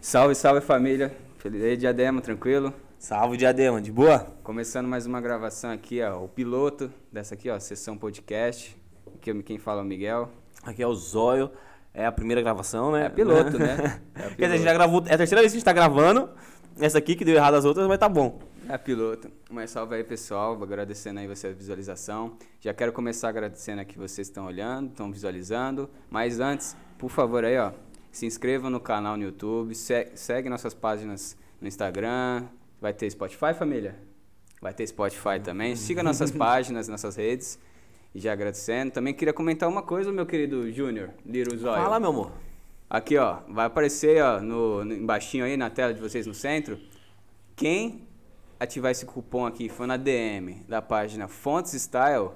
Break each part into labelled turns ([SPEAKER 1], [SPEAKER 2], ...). [SPEAKER 1] Salve, salve família. Feliz aí, Diadema, tranquilo?
[SPEAKER 2] Salve, Diadema, de boa?
[SPEAKER 1] Começando mais uma gravação aqui, ó, o piloto dessa aqui, ó, sessão podcast. Aqui eu- quem fala é o Miguel.
[SPEAKER 2] Aqui é o Zóio. É a primeira gravação, né?
[SPEAKER 1] É piloto, né? É
[SPEAKER 2] Quer dizer, a
[SPEAKER 1] piloto.
[SPEAKER 2] gente já gravou. É a terceira vez que a gente tá gravando. Essa aqui que deu errado as outras, mas tá bom.
[SPEAKER 1] É piloto. Mas salve aí, pessoal. Vou Agradecendo aí você a visualização. Já quero começar agradecendo aqui vocês que estão olhando, estão visualizando. Mas antes, por favor aí, ó, se inscrevam no canal no YouTube, se- segue nossas páginas no Instagram. Vai ter Spotify, família? Vai ter Spotify também. Siga nossas páginas, nossas redes. E já agradecendo. Também queria comentar uma coisa, meu querido Júnior, Little Zóio.
[SPEAKER 2] Fala, meu amor.
[SPEAKER 1] Aqui, ó, vai aparecer, ó, no, no embaixinho aí na tela de vocês no centro. Quem ativar esse cupom aqui for na DM da página Fontes Style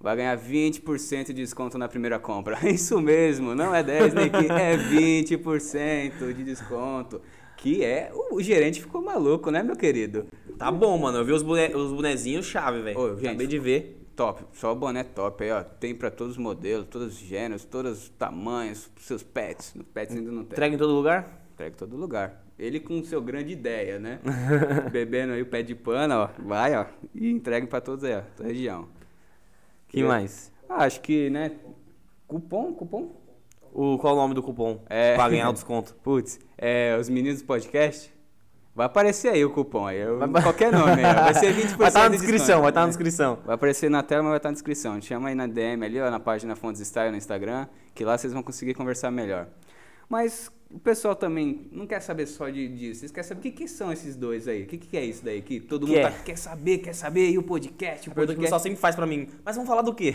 [SPEAKER 1] vai ganhar 20% de desconto na primeira compra. Isso mesmo, não é 10 nem 15, é 20% de desconto. Que é, o, o gerente ficou maluco, né, meu querido?
[SPEAKER 2] Tá bom, mano. Eu vi os, bone... os bonezinhos chave,
[SPEAKER 1] Ô,
[SPEAKER 2] velho.
[SPEAKER 1] gente.
[SPEAKER 2] Acabei de ver.
[SPEAKER 1] Top, só o boné top aí, ó. Tem pra todos os modelos, todos os gêneros, todos os tamanhos, pros seus pets. No pets ainda não tem.
[SPEAKER 2] Entrega em todo lugar?
[SPEAKER 1] Entrega em todo lugar. Ele com seu grande ideia, né? Bebendo aí o pé de pano, ó. Vai, ó. E entrega pra todos aí, ó. Toda região.
[SPEAKER 2] Que mais?
[SPEAKER 1] Ah, acho que, né? Cupom, cupom.
[SPEAKER 2] O... Qual o nome do cupom?
[SPEAKER 1] É.
[SPEAKER 2] Pra ganhar o desconto.
[SPEAKER 1] Putz, é, os meninos do podcast. Vai aparecer aí o cupom aí. eu-
[SPEAKER 2] Vai-
[SPEAKER 1] Qualquer nome aí. ó. Vai ser 20%
[SPEAKER 2] Vai estar na
[SPEAKER 1] de
[SPEAKER 2] descrição,
[SPEAKER 1] desconto.
[SPEAKER 2] vai estar na descrição.
[SPEAKER 1] Vai aparecer na tela, mas vai estar na descrição. Te Chama aí na DM ali, ó, na página Fontes Style no Instagram, que lá vocês vão conseguir conversar melhor. Mas o pessoal também não quer saber só de, disso. Vocês querem saber o que, que são esses dois aí? O que, que é isso daí? Que todo mundo
[SPEAKER 2] Que
[SPEAKER 1] tá-
[SPEAKER 2] é?
[SPEAKER 1] quer saber, quer saber. E o podcast? O
[SPEAKER 2] A pergunta que o pessoal
[SPEAKER 1] podcast.
[SPEAKER 2] sempre faz pra mim. Mas vamos falar do quê?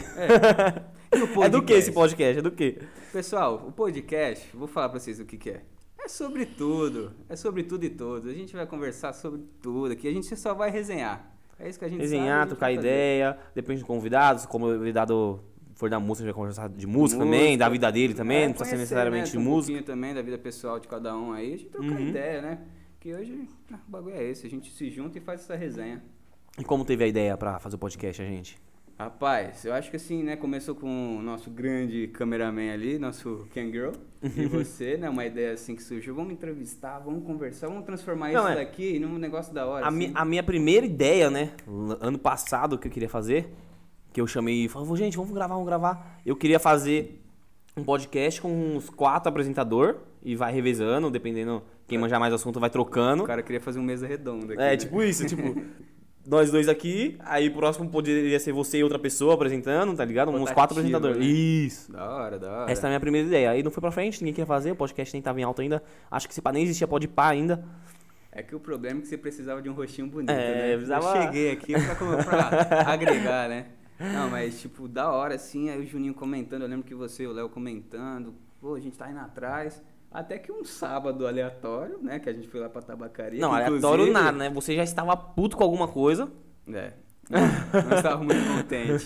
[SPEAKER 1] E o
[SPEAKER 2] É do que esse
[SPEAKER 1] podcast?
[SPEAKER 2] podcast? É do que?
[SPEAKER 1] Pessoal, o podcast, vou falar pra vocês o que, que é. É sobre tudo. É sobre tudo e todos. A gente vai conversar sobre tudo aqui. A gente só vai resenhar. É isso que a gente sabe, a
[SPEAKER 2] Desenhar,
[SPEAKER 1] gente
[SPEAKER 2] trocar
[SPEAKER 1] vai fazer.
[SPEAKER 2] ideia, depende do convidado, se o convidado for da música, a gente vai conversar de música,
[SPEAKER 1] Música.
[SPEAKER 2] também, da vida dele também,
[SPEAKER 1] É,
[SPEAKER 2] não precisa ser
[SPEAKER 1] conhecer,
[SPEAKER 2] necessariamente de
[SPEAKER 1] né, um
[SPEAKER 2] música. Uhum.
[SPEAKER 1] pouquinho também da vida pessoal de cada um aí, a gente trocar ideia, né? Que hoje ah, o bagulho é esse, a gente se junta e faz essa resenha.
[SPEAKER 2] E como teve a ideia pra fazer o podcast, a gente?
[SPEAKER 1] Rapaz, eu acho que assim, né, começou com o nosso grande cameraman ali, nosso Ken Girl,
[SPEAKER 2] Uhum.
[SPEAKER 1] e você, né, uma ideia assim que surgiu, vamos entrevistar, vamos conversar, vamos transformar
[SPEAKER 2] Não,
[SPEAKER 1] isso
[SPEAKER 2] é.
[SPEAKER 1] daqui num negócio da hora,
[SPEAKER 2] A,
[SPEAKER 1] assim.
[SPEAKER 2] mi- a minha primeira ideia, né, l- ano passado que eu queria fazer, que eu chamei e falei, gente, vamos gravar, vamos gravar. Eu queria fazer um podcast com uns quatro apresentadores e vai revezando, dependendo
[SPEAKER 1] Tá.
[SPEAKER 2] quem manjar mais assunto, vai trocando.
[SPEAKER 1] O cara queria fazer um mesa redonda aqui.
[SPEAKER 2] É,
[SPEAKER 1] né?
[SPEAKER 2] tipo isso, tipo, nós dois aqui, aí o próximo poderia ser você e outra pessoa apresentando, tá ligado? Uns quatro
[SPEAKER 1] Rotativo,
[SPEAKER 2] apresentadores.
[SPEAKER 1] né?
[SPEAKER 2] Isso.
[SPEAKER 1] Da hora, da hora.
[SPEAKER 2] Essa é a minha primeira ideia. Aí não foi pra frente, ninguém queria fazer, o podcast nem tava em alta ainda. Acho que se pá, nem existia pode pá ainda.
[SPEAKER 1] É que o problema é que você precisava de um rostinho bonito,
[SPEAKER 2] É,
[SPEAKER 1] né?
[SPEAKER 2] precisava-
[SPEAKER 1] Eu cheguei aqui pra, com- pra agregar, né? Não, mas tipo, da hora assim, aí o Juninho comentando, eu lembro que você e o Léo comentando, pô, a gente tá indo atrás. Até que um sábado aleatório, né? Que a gente foi lá pra tabacaria.
[SPEAKER 2] não,
[SPEAKER 1] que
[SPEAKER 2] aleatório
[SPEAKER 1] inclusive-
[SPEAKER 2] nada, né? Você já estava puto com alguma coisa.
[SPEAKER 1] É. Não, não estava muito contente.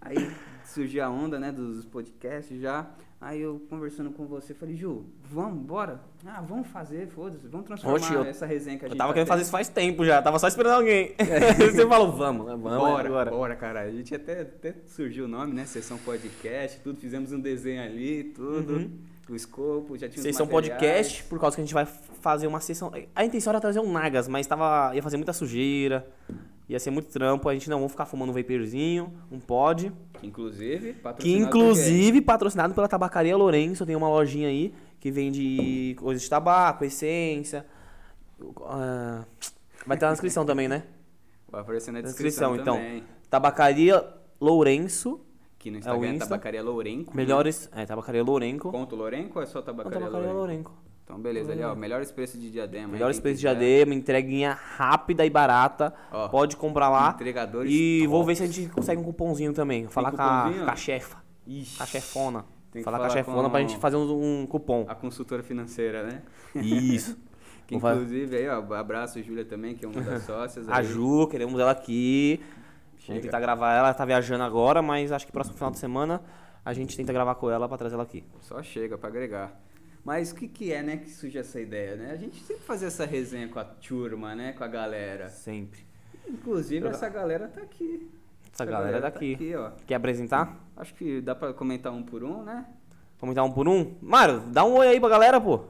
[SPEAKER 1] Aí surgiu a onda, né, dos podcasts já. Aí eu conversando com você, falei, Ju, vamos, bora? Ah, vamos fazer, foda-se, vamos transformar
[SPEAKER 2] Oxe, eu-
[SPEAKER 1] essa resenha que a
[SPEAKER 2] Eu
[SPEAKER 1] gente
[SPEAKER 2] tava
[SPEAKER 1] tá
[SPEAKER 2] querendo
[SPEAKER 1] tendo.
[SPEAKER 2] fazer isso faz tempo já, tava só esperando alguém. você falou, vamos, né? vamos
[SPEAKER 1] Bora,
[SPEAKER 2] agora.
[SPEAKER 1] bora, cara. A gente até, até surgiu o nome, né? Sessão podcast, tudo. Fizemos um desenho ali, tudo. O escopo, já tinha os
[SPEAKER 2] Vocês são
[SPEAKER 1] materiais.
[SPEAKER 2] Uhum. podcast, por causa que a gente vai fazer uma sessão. A intenção era trazer um Nagas, mas tava, ia fazer muita sujeira, ia ser muito trampo. A gente não vamos ficar fumando um vaporzinho, um pod.
[SPEAKER 1] Que inclusive,
[SPEAKER 2] Que
[SPEAKER 1] patrocinado por
[SPEAKER 2] inclusive patrocinado pela Tabacaria Lourenço, tem uma lojinha aí que vende coisas de tabaco, essência. ah, vai estar na descrição também, né?
[SPEAKER 1] quem? Vai aparecer na
[SPEAKER 2] Na
[SPEAKER 1] descrição,
[SPEAKER 2] descrição, então.
[SPEAKER 1] também.
[SPEAKER 2] Tabacaria Lourenço,
[SPEAKER 1] Que no Instagram é,
[SPEAKER 2] Insta.
[SPEAKER 1] Tabacaria Lourenco.
[SPEAKER 2] melhores. É, Tabacaria Lourenco.
[SPEAKER 1] Ponto Lourenco ou é só Tabacaria,
[SPEAKER 2] Tabacaria
[SPEAKER 1] Lourenco?
[SPEAKER 2] Lourenco.
[SPEAKER 1] Então, beleza. Ali, ó, melhores preços de diadema. aí,
[SPEAKER 2] Melhores
[SPEAKER 1] quem
[SPEAKER 2] preços de
[SPEAKER 1] quiser.
[SPEAKER 2] diadema, entreguinha rápida e barata.
[SPEAKER 1] né? Ó,
[SPEAKER 2] Pode comprar lá.
[SPEAKER 1] entregadores
[SPEAKER 2] E vou ver
[SPEAKER 1] tops.
[SPEAKER 2] se a gente consegue um cupomzinho também. Falar com a,
[SPEAKER 1] cupomzinho?
[SPEAKER 2] com a chefa.
[SPEAKER 1] Ixi,
[SPEAKER 2] Com a chefona.
[SPEAKER 1] tem que
[SPEAKER 2] falar,
[SPEAKER 1] falar
[SPEAKER 2] com a chefona
[SPEAKER 1] com-
[SPEAKER 2] pra gente fazer um, um cupom.
[SPEAKER 1] A consultora financeira, né?
[SPEAKER 2] Isso.
[SPEAKER 1] Que
[SPEAKER 2] Vou fa-
[SPEAKER 1] inclusive, aí, ó, abraço a Júlia também, que é uma das sócias.
[SPEAKER 2] A
[SPEAKER 1] aí.
[SPEAKER 2] Ju, queremos ela aqui.
[SPEAKER 1] Chega.
[SPEAKER 2] Vamos tentar gravar ela. Ela tá viajando agora, mas acho que próximo final de semana a gente tenta gravar com ela pra trazer ela aqui.
[SPEAKER 1] Só chega pra agregar. Mas o que, que é, né, que surge essa ideia, né? A gente sempre fazia essa resenha com a turma, né, com a galera.
[SPEAKER 2] Sempre.
[SPEAKER 1] Inclusive, essa galera tá aqui.
[SPEAKER 2] Essa galera daqui.
[SPEAKER 1] Tá aqui, ó.
[SPEAKER 2] Quer apresentar?
[SPEAKER 1] Acho que dá pra comentar um por um, né?
[SPEAKER 2] Vamos dar um por um? Mário, dá um oi aí pra galera, pô.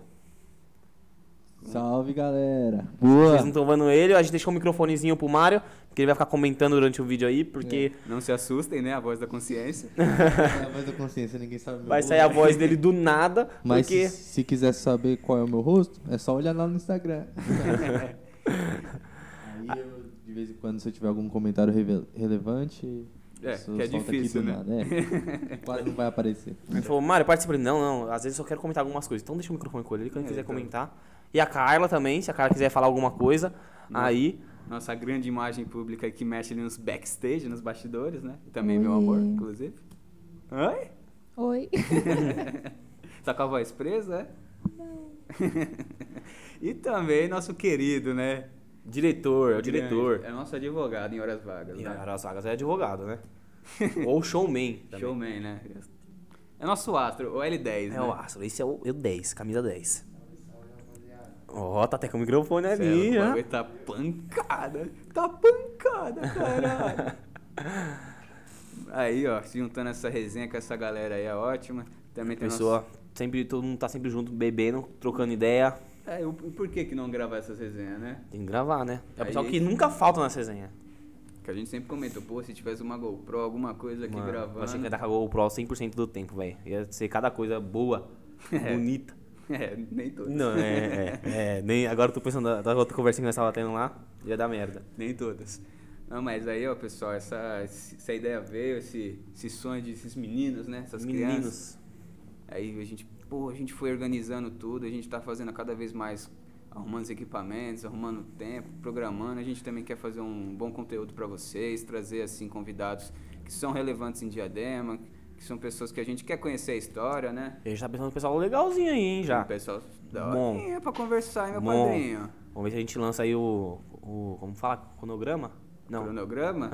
[SPEAKER 3] Salve, galera. Boa.
[SPEAKER 2] Vocês não estão vendo ele, a gente deixou um microfonezinho pro Mário, porque ele vai ficar comentando durante o vídeo aí, porque
[SPEAKER 1] Não se assustem, né? A voz da consciência.
[SPEAKER 3] É a voz da consciência, ninguém sabe
[SPEAKER 1] É.
[SPEAKER 3] meu
[SPEAKER 2] vai
[SPEAKER 3] rosto.
[SPEAKER 2] sair a voz dele do nada,
[SPEAKER 3] Mas
[SPEAKER 2] porque
[SPEAKER 3] se, se quiser saber qual é o meu rosto, é só olhar lá no Instagram. Aí eu, de vez em quando, se eu tiver algum comentário reve- relevante.
[SPEAKER 1] É,
[SPEAKER 3] isso
[SPEAKER 1] que é
[SPEAKER 3] solta aqui
[SPEAKER 1] difícil,
[SPEAKER 3] do
[SPEAKER 1] né?
[SPEAKER 3] nada, é. Quase não vai aparecer.
[SPEAKER 2] ele falou, Mário, participa. Ele, Não, não, às vezes eu só quero comentar algumas coisas. Então deixa o microfone com ele, quando
[SPEAKER 1] É,
[SPEAKER 2] quiser
[SPEAKER 1] então.
[SPEAKER 2] comentar. E a Carla também, se a Carla quiser falar alguma coisa,
[SPEAKER 1] Não.
[SPEAKER 2] aí...
[SPEAKER 1] Nossa grande imagem pública que mexe ali nos backstage, nos bastidores, né? E também meu amor,
[SPEAKER 4] Oi.
[SPEAKER 1] inclusive. Oi?
[SPEAKER 4] Oi.
[SPEAKER 1] Tá com a voz presa, é? e também nosso querido, né?
[SPEAKER 2] Diretor, é o diretor.
[SPEAKER 1] Grande, É nosso advogado em horas vagas,
[SPEAKER 2] E
[SPEAKER 1] né?
[SPEAKER 2] o Sagas é advogado, né? Ou showman. também.
[SPEAKER 1] Showman, né? É nosso astro, o L10,
[SPEAKER 2] É
[SPEAKER 1] né?
[SPEAKER 2] o Astro, esse é o eu 10, camisa 10. Ó, tá até com o microfone
[SPEAKER 1] Cê é
[SPEAKER 2] ali,
[SPEAKER 1] louco, o
[SPEAKER 2] né? ó.
[SPEAKER 1] bagulho Tá pancada, tá pancada, caralho. aí, ó, juntando essa resenha com essa galera aí é ótima. Também tem
[SPEAKER 2] Pessoa, sempre, todo mundo tá sempre junto, bebendo, trocando ideia.
[SPEAKER 1] nosso- É, o- por que que não gravar essas resenhas, né?
[SPEAKER 2] Tem que gravar, né? É o
[SPEAKER 1] Aí-
[SPEAKER 2] pessoal que nunca falta nas resenhas.
[SPEAKER 1] Que a gente sempre comentou, pô, se tivesse uma GoPro, alguma coisa aqui
[SPEAKER 2] Mano,
[SPEAKER 1] gravando.
[SPEAKER 2] Eu achei que ia dar com a GoPro 100% do tempo, velho. Ia ser cada coisa boa, bonita.
[SPEAKER 1] É, nem todas.
[SPEAKER 2] Não, é, é, é, nem agora eu tô pensando da da outra conversinha que nós tava tendo lá, ia dar merda.
[SPEAKER 1] Nem todas. Não, mas aí, ó, pessoal, essa, essa ideia veio, esse, esse sonho desses meninos, né? Essas crianças.
[SPEAKER 2] Meninos,
[SPEAKER 1] Aí a gente, pô, a gente foi organizando tudo, a gente tá fazendo cada vez mais, arrumando os equipamentos, arrumando o tempo, programando. A gente também quer fazer um bom conteúdo para vocês, trazer assim convidados que são relevantes em Diadema, que são pessoas que a gente quer conhecer a história, né?
[SPEAKER 2] eu já tá pensando no pessoal legalzinho aí, hein, já.
[SPEAKER 1] O pessoal da
[SPEAKER 2] Bom.
[SPEAKER 1] horinha pra conversar, hein, meu
[SPEAKER 2] Bom.
[SPEAKER 1] padrinho.
[SPEAKER 2] Vamos ver se a gente lança aí o. o como fala? Cronograma? Não.
[SPEAKER 1] Cronograma?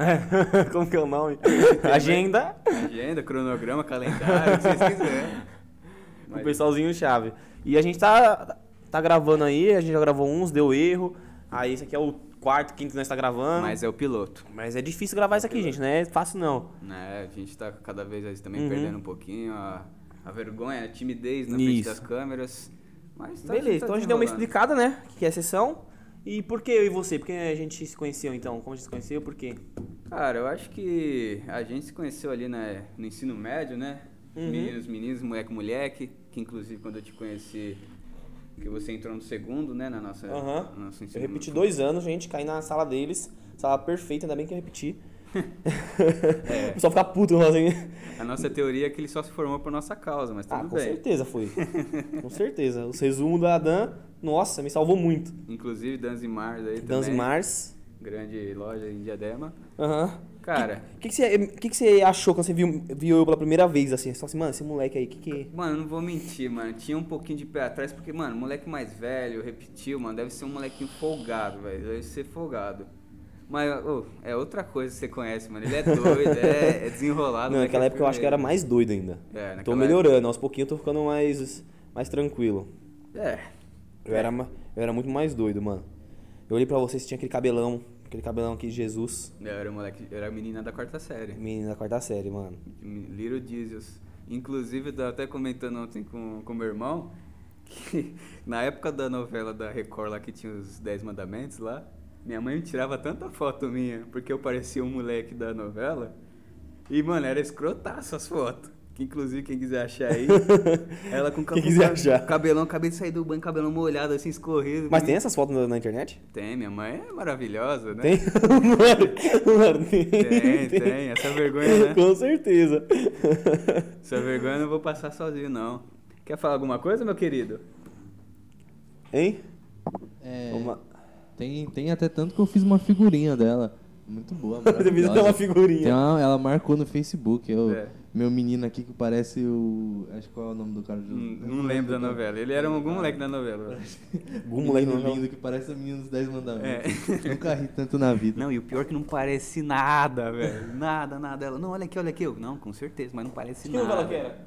[SPEAKER 2] É, como que é o nome? Agenda.
[SPEAKER 1] Agenda, cronograma, calendário, o que vocês quiserem.
[SPEAKER 2] O pessoalzinho chave. E a gente tá, tá gravando aí, a gente já gravou uns, deu erro. Aí esse aqui é o quarto, quinto que nós tá gravando. Mas,
[SPEAKER 1] Mas é o piloto.
[SPEAKER 2] é difícil gravar isso aqui, gente, né? É fácil não.
[SPEAKER 1] né? A gente tá cada vez aí também
[SPEAKER 2] Uhum.
[SPEAKER 1] perdendo um pouquinho a, a vergonha, a timidez na frente
[SPEAKER 2] Isso.
[SPEAKER 1] das câmeras. Mas tá,
[SPEAKER 2] Beleza,
[SPEAKER 1] tá
[SPEAKER 2] então a gente deu uma
[SPEAKER 1] desenrolando.
[SPEAKER 2] explicada, né? O que é a sessão. E por que eu e você? Por que a gente se conheceu então? Como a gente se conheceu? Por quê?
[SPEAKER 1] Cara, eu acho que a gente se conheceu ali na, no ensino médio, né?
[SPEAKER 2] Uhum.
[SPEAKER 1] Meninos, meninos, moleque, moleque. Que inclusive quando eu te conheci, que você entrou no segundo, né? Na nossa,
[SPEAKER 2] Aham.
[SPEAKER 1] no nosso
[SPEAKER 2] Eu
[SPEAKER 1] ensino
[SPEAKER 2] repeti dois anos, gente, caí na sala deles. Sala perfeita, ainda bem que eu repeti. O pessoal fica puto, assim.
[SPEAKER 1] A nossa teoria é que ele só se formou por nossa causa, mas tudo
[SPEAKER 2] Ah, com
[SPEAKER 1] bem.
[SPEAKER 2] certeza foi. com certeza. Os resumos da Dan, nossa, me salvou muito.
[SPEAKER 1] Inclusive Danzi Mars aí
[SPEAKER 2] Danzi
[SPEAKER 1] também.
[SPEAKER 2] Mars.
[SPEAKER 1] Grande loja em Diadema.
[SPEAKER 2] Aham.
[SPEAKER 1] Cara,
[SPEAKER 2] O que, que, você, que, que você achou quando você viu, viu eu pela primeira vez, assim? Você falou assim, mano, esse moleque aí, que que...
[SPEAKER 1] Mano, não vou mentir, mano. Tinha um pouquinho de pé atrás, porque, mano, moleque mais velho, repetiu, mano, deve ser um molequinho folgado, velho. Deve ser folgado. Mas, ô, é outra coisa que você conhece, mano. Ele é doido, é, é desenrolado.
[SPEAKER 2] Não,
[SPEAKER 1] moleque
[SPEAKER 2] naquela
[SPEAKER 1] é
[SPEAKER 2] época eu acho que eu era
[SPEAKER 1] firmeza.
[SPEAKER 2] mais doido ainda.
[SPEAKER 1] É, naquela
[SPEAKER 2] tô
[SPEAKER 1] época-
[SPEAKER 2] melhorando, aos pouquinhos eu tô ficando mais, mais tranquilo.
[SPEAKER 1] É.
[SPEAKER 2] Eu, era, ma- eu era muito mais doido, mano. Eu olhei pra você, você tinha aquele cabelão, aquele cabelão aqui de Jesus.
[SPEAKER 1] É, Eu era moleque, eu era menina da quarta série.
[SPEAKER 2] Menina da quarta série, mano.
[SPEAKER 1] Little Jesus. Inclusive, eu tava até comentando ontem com o meu irmão que na época da novela da Record lá que tinha os Dez Mandamentos lá, minha mãe tirava tanta foto minha porque eu parecia um moleque da novela. E, mano, era escrotaço as fotos. Que, inclusive, quem quiser achar aí, ela com
[SPEAKER 2] Quem quiser
[SPEAKER 1] com
[SPEAKER 2] achar.
[SPEAKER 1] cabelão, acabei de sair do banho, cabelão molhado, assim, escorrido.
[SPEAKER 2] Mas tem essas fotos na, na internet?
[SPEAKER 1] Tem, minha mãe é maravilhosa, né?
[SPEAKER 2] Tem? mano, mano, tem.
[SPEAKER 1] Tem, tem, essa vergonha, né?
[SPEAKER 2] Com certeza.
[SPEAKER 1] Essa vergonha eu não vou passar sozinho, não. Quer falar alguma coisa, meu querido?
[SPEAKER 2] hein?
[SPEAKER 3] É,
[SPEAKER 2] Uma...
[SPEAKER 3] tem, tem até tanto que eu fiz uma figurinha dela. Muito boa,
[SPEAKER 2] Você precisa ter uma
[SPEAKER 3] maravilhosa. Tem
[SPEAKER 2] figurinha.
[SPEAKER 3] uma- ela marcou no Facebook. Eu,
[SPEAKER 1] É.
[SPEAKER 3] Meu menino aqui que parece o. Acho que qual é o nome do cara?
[SPEAKER 1] Hum, Não lembro da novela. Ele era um, algum moleque da novela.
[SPEAKER 2] Algum moleque
[SPEAKER 3] menino
[SPEAKER 2] não
[SPEAKER 3] lindo que parece o menino dos Dez Mandamentos. Nunca ri tanto na vida.
[SPEAKER 1] Não, e o pior é que não parece nada, velho. Nada, nada. Ela, não, olha aqui, olha aqui. Eu, não, com certeza, mas não parece
[SPEAKER 2] Que
[SPEAKER 1] nada.
[SPEAKER 2] novela que era?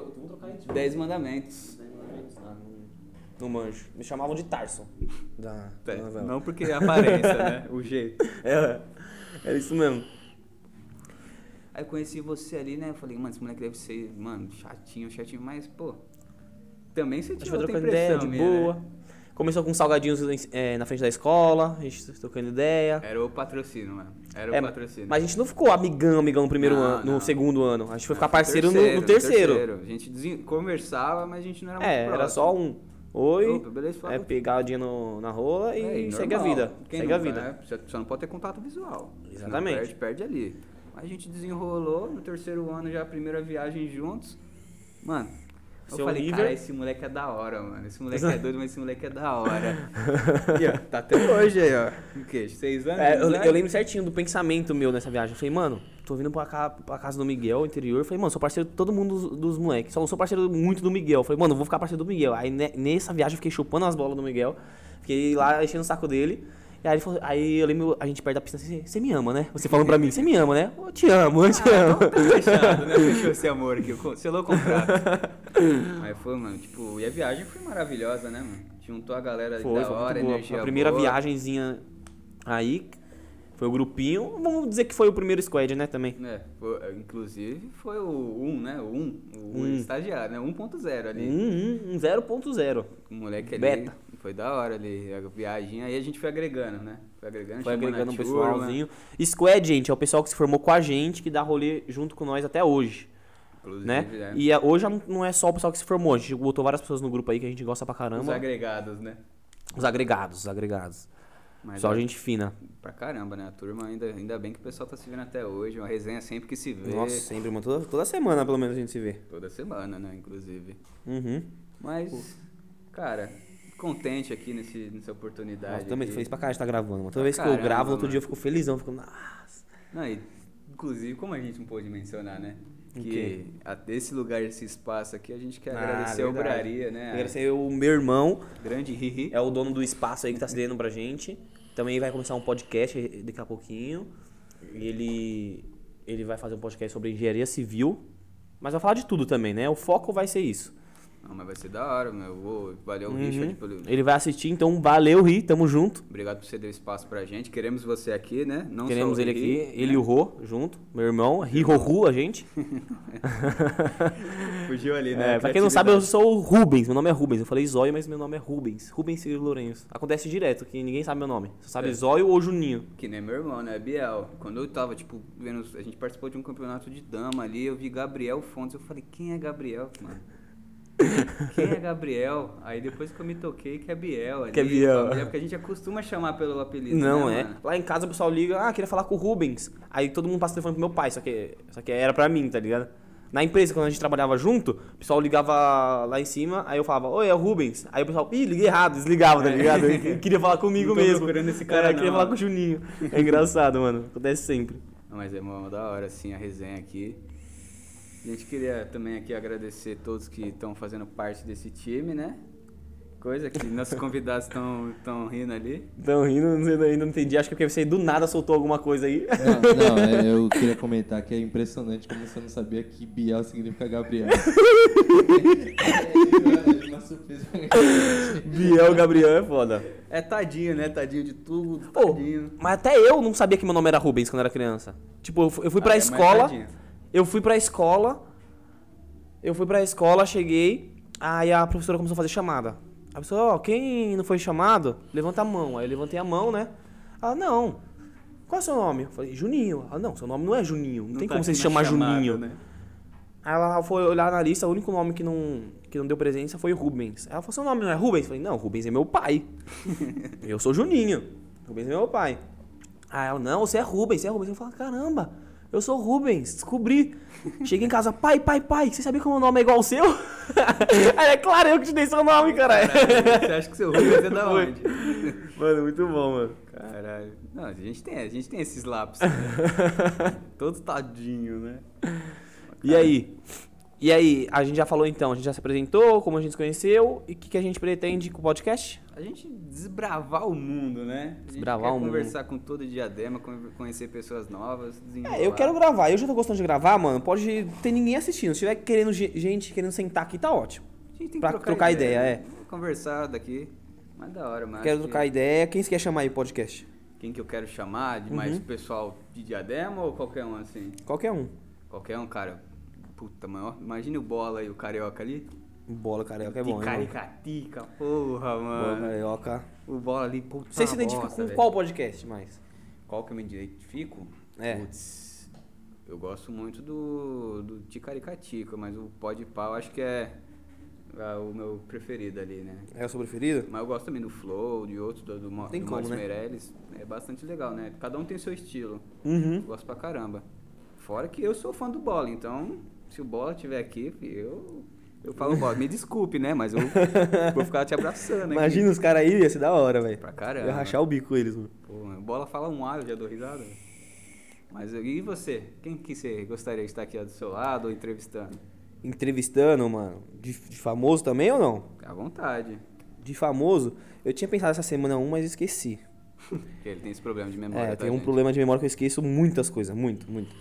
[SPEAKER 2] Vamos trocar aí. tipo.
[SPEAKER 1] Dez Mandamentos.
[SPEAKER 2] Ah, Não manjo. Me chamavam de Tarso. Da, da
[SPEAKER 1] É,
[SPEAKER 2] novela.
[SPEAKER 1] não porque a aparência, né? O jeito.
[SPEAKER 2] Era, era É, isso mesmo.
[SPEAKER 1] Aí eu conheci você ali, né? Eu falei, mano, esse moleque deve ser, mano, chatinho, chatinho. Mas, pô, também você
[SPEAKER 2] A gente
[SPEAKER 1] tinha
[SPEAKER 2] foi
[SPEAKER 1] outra
[SPEAKER 2] trocando
[SPEAKER 1] impressão
[SPEAKER 2] ideia de
[SPEAKER 1] minha, né?
[SPEAKER 2] boa. Começou com salgadinhos eh, na frente da escola, a gente trocando ideia.
[SPEAKER 1] Era o patrocínio, mano. Era o
[SPEAKER 2] É,
[SPEAKER 1] patrocínio.
[SPEAKER 2] Mas a gente não ficou amigão, amigão no primeiro
[SPEAKER 1] Não,
[SPEAKER 2] ano, no
[SPEAKER 1] não.
[SPEAKER 2] segundo ano. A gente foi ficar parceiro no- no, terceiro.
[SPEAKER 1] A gente desen- conversava, mas a gente não era muito
[SPEAKER 2] É, era
[SPEAKER 1] próximo.
[SPEAKER 2] só um. Oi.
[SPEAKER 1] Opa, beleza, fala
[SPEAKER 2] É
[SPEAKER 1] com-
[SPEAKER 2] pegadinha no, na rola e
[SPEAKER 1] É,
[SPEAKER 2] segue a
[SPEAKER 1] normal.
[SPEAKER 2] vida.
[SPEAKER 1] Quem
[SPEAKER 2] segue a
[SPEAKER 1] nunca,
[SPEAKER 2] vida.
[SPEAKER 1] né? Você você não pode ter contato visual. Se não
[SPEAKER 2] Exatamente.
[SPEAKER 1] Perde, perde ali. Mas a gente desenrolou no terceiro ano já a primeira viagem juntos. Mano, eu
[SPEAKER 2] Seu
[SPEAKER 1] falei,
[SPEAKER 2] nível-
[SPEAKER 1] cara, esse moleque é da hora, mano. Esse moleque é doido, mas esse moleque é da hora. e ó, tá até hoje aí, ó. O quê? Seis anos?
[SPEAKER 2] É, eu,
[SPEAKER 1] né?
[SPEAKER 2] eu lembro certinho do pensamento meu nessa viagem. Eu falei, mano, tô vindo pra, cá, pra casa do Miguel, interior. Eu falei, mano, sou parceiro de todo mundo dos, dos moleques. Só não sou parceiro muito do Miguel. Eu falei, mano, eu vou ficar parceiro do Miguel. Aí ne- nessa viagem eu fiquei chupando as bolas do Miguel. Fiquei lá enchendo o saco dele. E aí, ele falou- aí eu lembro, a gente perto da piscina, assim, você me ama, né? Você falando pra mim, você me ama, né? Eu te amo, eu te
[SPEAKER 1] Ah,
[SPEAKER 2] amo.
[SPEAKER 1] fechado, né? Fechou esse amor aqui, eu con- selou o contrato. Aí foi, mano, tipo, e a viagem foi maravilhosa, né, mano? Juntou a galera da hora,
[SPEAKER 2] muito boa.
[SPEAKER 1] energia
[SPEAKER 2] A primeira
[SPEAKER 1] boa.
[SPEAKER 2] viagenzinha aí foi o grupinho. Vamos dizer que foi o primeiro squad, né, também.
[SPEAKER 1] né foi- inclusive foi o 1, né? O 1, o
[SPEAKER 2] Um.
[SPEAKER 1] estagiário, né? 1.0 ali.
[SPEAKER 2] Um, um, um 0.0
[SPEAKER 1] O moleque ali.
[SPEAKER 2] Beta.
[SPEAKER 1] Foi da hora ali, a viagem. Aí a gente foi agregando, né? Foi agregando,
[SPEAKER 2] Foi
[SPEAKER 1] chamando a né?
[SPEAKER 2] agregando um
[SPEAKER 1] turma.
[SPEAKER 2] pessoalzinho. Squad, gente, é o pessoal que se formou com a gente, que dá rolê junto com nós até hoje,
[SPEAKER 1] Inclusive,
[SPEAKER 2] né?
[SPEAKER 1] né?
[SPEAKER 2] E é, hoje não- não é só o pessoal que se formou, a gente botou várias pessoas no grupo aí que a gente gosta pra
[SPEAKER 1] Os
[SPEAKER 2] caramba.
[SPEAKER 1] agregados, né?
[SPEAKER 2] Os agregados, os agregados.
[SPEAKER 1] Mas
[SPEAKER 2] só
[SPEAKER 1] é
[SPEAKER 2] gente fina.
[SPEAKER 1] pra caramba, né? A turma ainda, ainda bem que o pessoal tá se vendo até hoje. Uma resenha sempre que se vê.
[SPEAKER 2] Nossa, sempre, mano. Toda, toda semana, pelo menos, a gente se vê.
[SPEAKER 1] Toda semana, né? Inclusive.
[SPEAKER 2] Uhum.
[SPEAKER 1] Mas, cara, contente aqui nesse, nessa oportunidade.
[SPEAKER 2] Nossa, também
[SPEAKER 1] aqui.
[SPEAKER 2] fez pra cá, a gente tá gravando. mano. Toda vez que eu
[SPEAKER 1] caramba,
[SPEAKER 2] gravo, no outro
[SPEAKER 1] mano.
[SPEAKER 2] dia eu fico felizão, fico. "Ah, Nossa.
[SPEAKER 1] Não, e, inclusive, como a gente não pôde mencionar, né?
[SPEAKER 2] O quê?
[SPEAKER 1] Que a, esse lugar, esse espaço aqui, a gente quer
[SPEAKER 2] Ah,
[SPEAKER 1] agradecer a
[SPEAKER 2] verdade.
[SPEAKER 1] Obraria, né?
[SPEAKER 2] Agradecer o meu irmão,
[SPEAKER 1] Grande Riri.
[SPEAKER 2] é o dono do espaço aí que tá cedendo pra gente. Também vai começar um podcast daqui a pouquinho. E ele, ele vai fazer um podcast sobre engenharia civil. Mas vai falar de tudo também, né? O foco vai ser isso.
[SPEAKER 1] Não, mas vai ser da hora, meu. Vou- Valeu,
[SPEAKER 2] Uhum.
[SPEAKER 1] Richard, pelo.
[SPEAKER 2] Ele vai assistir, então valeu, Ri, tamo junto.
[SPEAKER 1] Obrigado por você dar espaço pra gente. Queremos você aqui, né? Não só
[SPEAKER 2] Queremos
[SPEAKER 1] o né?
[SPEAKER 2] ele aqui,
[SPEAKER 1] Riri,
[SPEAKER 2] ele e o Rô junto, meu irmão, Ri Rohu, a gente.
[SPEAKER 1] Fugiu ali, né?
[SPEAKER 2] É, pra quem não sabe, eu sou o Rubens, meu nome é Rubens. Eu falei Zóio, mas meu nome é Rubens. Rubens Cirilo Lourenço. Acontece direto, que ninguém sabe meu nome. Só sabe
[SPEAKER 1] É.
[SPEAKER 2] Zóio ou Juninho.
[SPEAKER 1] Que nem meu irmão, né? Biel. Quando eu tava, tipo, vendo. os- A gente participou de um campeonato de dama ali, eu vi Gabriel Fontes. Eu falei, quem é Gabriel, mano? Quem é Gabriel? Aí depois que eu me toquei, que é Biel. Ali,
[SPEAKER 2] Que é Biel.
[SPEAKER 1] família, Porque a gente acostuma chamar pelo apelido.
[SPEAKER 2] Não
[SPEAKER 1] né,
[SPEAKER 2] é.
[SPEAKER 1] mano?
[SPEAKER 2] Lá em casa o pessoal liga, ah, queria falar com o Rubens. Aí todo mundo passa o telefone pro meu pai, só que, só que era pra mim, tá ligado? Na empresa, quando a gente trabalhava junto, o pessoal ligava lá em cima, aí eu falava, oi, é o Rubens. Aí o pessoal, ih, liguei errado, desligava, tá ligado? Ele queria falar comigo
[SPEAKER 1] Não tô
[SPEAKER 2] mesmo.
[SPEAKER 1] procurando esse cara,
[SPEAKER 2] É, queria
[SPEAKER 1] não.
[SPEAKER 2] falar com o Juninho. É engraçado, mano. Acontece sempre.
[SPEAKER 1] Não, Mas é uma da hora, assim, a resenha aqui. A gente queria também aqui agradecer todos que estão fazendo parte desse time, né? Coisa que nossos convidados estão tão rindo ali.
[SPEAKER 2] Tão rindo, não sei, ainda não entendi. Acho que é porque você do nada soltou alguma coisa aí.
[SPEAKER 3] Não, não, é, eu queria comentar que é impressionante como você não sabia que Biel significa Gabriel. É uma surpresa.
[SPEAKER 2] Biel Gabriel é foda.
[SPEAKER 1] É tadinho, né? Tadinho de tudo,
[SPEAKER 2] Pô,
[SPEAKER 1] tadinho.
[SPEAKER 2] mas até eu não sabia que meu nome era Rubens quando era criança. Tipo, eu fu- eu fui pra
[SPEAKER 1] Ah, é mais
[SPEAKER 2] escola.
[SPEAKER 1] tadinho.
[SPEAKER 2] Eu fui pra escola. Eu fui pra escola, cheguei. Aí a professora começou a fazer chamada. A pessoa, ó, quem não foi chamado, levanta a mão. Aí eu levantei a mão, né? Ela, não. Qual é o seu nome? Eu falei, Juninho. Ela, não, seu nome não é Juninho. Não, tem
[SPEAKER 1] tá
[SPEAKER 2] como você
[SPEAKER 1] aqui
[SPEAKER 2] se
[SPEAKER 1] na
[SPEAKER 2] chamar
[SPEAKER 1] chamada,
[SPEAKER 2] Juninho.
[SPEAKER 1] né?
[SPEAKER 2] Aí ela foi olhar na lista, o único nome que não, que não deu presença foi Rubens. Ela falou, seu nome não é Rubens? Eu falei, não, Rubens é meu pai. eu sou Juninho. Rubens é meu pai. Aí ela, não, você é Rubens, você é Rubens. Eu falei, caramba, eu sou Rubens, descobri. Cheguei em casa, pai, pai, pai, você sabia que o meu nome é igual ao seu? Aí é claro, eu que te dei seu nome, cara.
[SPEAKER 1] Você acha que seu Rubens é da
[SPEAKER 2] Foi.
[SPEAKER 1] onde?
[SPEAKER 3] é
[SPEAKER 2] Mano, muito bom, mano.
[SPEAKER 1] Caralho. Não, a gente tem, a gente tem esses lápis. Né? Todo tadinho, né?
[SPEAKER 2] E aí? E aí, a gente já falou então, a gente já se apresentou, como a gente se conheceu e o que, que a gente pretende com o podcast?
[SPEAKER 1] A gente desbravar o mundo, né? A gente
[SPEAKER 2] Desbravar
[SPEAKER 1] quer
[SPEAKER 2] o mundo.
[SPEAKER 1] conversar com todo diadema, con- conhecer pessoas novas, desenrolar.
[SPEAKER 2] É, eu quero gravar. Eu já tô gostando de gravar, mano. Pode ter ninguém assistindo. Se tiver querendo ge- gente querendo sentar aqui, tá ótimo.
[SPEAKER 1] A gente tem que
[SPEAKER 2] pra trocar ideia, é.
[SPEAKER 1] Vamos Conversar daqui. Mas da hora, mano.
[SPEAKER 2] Quero
[SPEAKER 1] Acho é.
[SPEAKER 2] trocar ideia. Quem você quer chamar aí pro podcast?
[SPEAKER 1] que- Quem que eu quero chamar? De mais
[SPEAKER 2] Uhum.
[SPEAKER 1] pessoal de diadema ou qualquer um assim?
[SPEAKER 2] Qualquer um.
[SPEAKER 1] Qualquer um, cara. Puta, maior. Imagina o bola e o carioca ali.
[SPEAKER 2] Bola carioca é bom, hein, mano?
[SPEAKER 1] Ticaricatica, porra,
[SPEAKER 2] Bola
[SPEAKER 1] mano.
[SPEAKER 2] carioca.
[SPEAKER 1] O bola ali, puta.
[SPEAKER 2] Você
[SPEAKER 1] uma
[SPEAKER 2] se identifica
[SPEAKER 1] bosta,
[SPEAKER 2] com
[SPEAKER 1] velho.
[SPEAKER 2] qual podcast mais?
[SPEAKER 1] Qual que eu me identifico?
[SPEAKER 2] É.
[SPEAKER 1] Putz, eu gosto muito do, do Ticaricatica, mas o Pode Pá eu acho que é ah, o meu preferido ali, né?
[SPEAKER 2] É o seu preferido?
[SPEAKER 1] Mas eu gosto também do Flow, de outros, do, do, Mo-
[SPEAKER 2] Tem
[SPEAKER 1] do
[SPEAKER 2] como,
[SPEAKER 1] Maurício
[SPEAKER 2] né?
[SPEAKER 1] Meirelles. É bastante legal, né? Cada um tem seu estilo. Eu
[SPEAKER 2] Uhum.
[SPEAKER 1] gosto pra caramba. Fora que eu sou fã do Bola, então se o Bola estiver aqui, fi, eu... Eu falo, Bola, me desculpe, né? Mas eu vou ficar te abraçando aqui.
[SPEAKER 2] Imagina os caras aí, ia ser da hora, velho.
[SPEAKER 1] Pra caramba.
[SPEAKER 2] Ia rachar o bico com eles, mano.
[SPEAKER 1] Pô, o bola fala um ar, eu já dou risada. Mas eu- e você? Quem que você gostaria de estar aqui do seu lado ou entrevistando?
[SPEAKER 2] Entrevistando, mano. De, de famoso também ou não?
[SPEAKER 1] À vontade.
[SPEAKER 2] De famoso, eu tinha pensado essa semana um, mas esqueci.
[SPEAKER 1] Porque ele tem esse problema de memória.
[SPEAKER 2] É,
[SPEAKER 1] tá,
[SPEAKER 2] tem um
[SPEAKER 1] gente?
[SPEAKER 2] problema de memória que eu esqueço muitas coisas, muito, muito.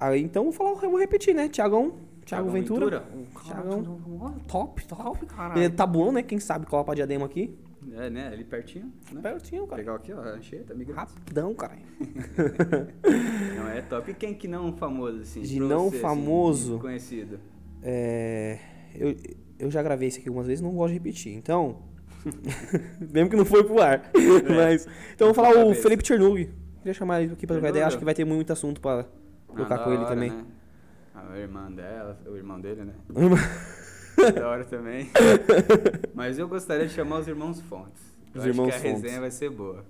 [SPEAKER 2] Aí então eu vou falar, eu vou repetir, né? Tiagão, Thiago
[SPEAKER 1] Thiago
[SPEAKER 2] Ventura.
[SPEAKER 1] Ventura?
[SPEAKER 2] Tiagão.
[SPEAKER 4] Top, top, caralho.
[SPEAKER 2] Ele tá bom, né? Quem sabe colar pra diadema aqui?
[SPEAKER 1] É, né? Ali pertinho, né?
[SPEAKER 2] Pertinho, cara.
[SPEAKER 1] Legal aqui, ó, Anchieta, migrado.
[SPEAKER 2] Rapidão, cara.
[SPEAKER 1] Não, é top. E quem que não famoso, assim?
[SPEAKER 2] De
[SPEAKER 1] pra
[SPEAKER 2] não
[SPEAKER 1] assim,
[SPEAKER 2] famoso.
[SPEAKER 1] de conhecido.
[SPEAKER 2] É. Eu, eu já gravei isso aqui algumas vezes, não gosto de repetir. Então. Mesmo que não foi pro ar.
[SPEAKER 1] É.
[SPEAKER 2] Mas. Então eu vou falar o
[SPEAKER 1] Parabéns.
[SPEAKER 2] Felipe Chernug. Queria chamar ele aqui pra trocar
[SPEAKER 1] Chernug?
[SPEAKER 2] ideia. Acho que vai ter muito assunto pra
[SPEAKER 1] Ah,
[SPEAKER 2] colocar
[SPEAKER 1] da
[SPEAKER 2] com ele
[SPEAKER 1] hora,
[SPEAKER 2] também.
[SPEAKER 1] Né? A irmã dela, o irmão dele, né? É da hora também. Mas eu gostaria de chamar os irmãos Fontes. Eu
[SPEAKER 2] Os
[SPEAKER 1] acho
[SPEAKER 2] irmãos
[SPEAKER 1] que a
[SPEAKER 2] Fontes.
[SPEAKER 1] resenha vai ser boa.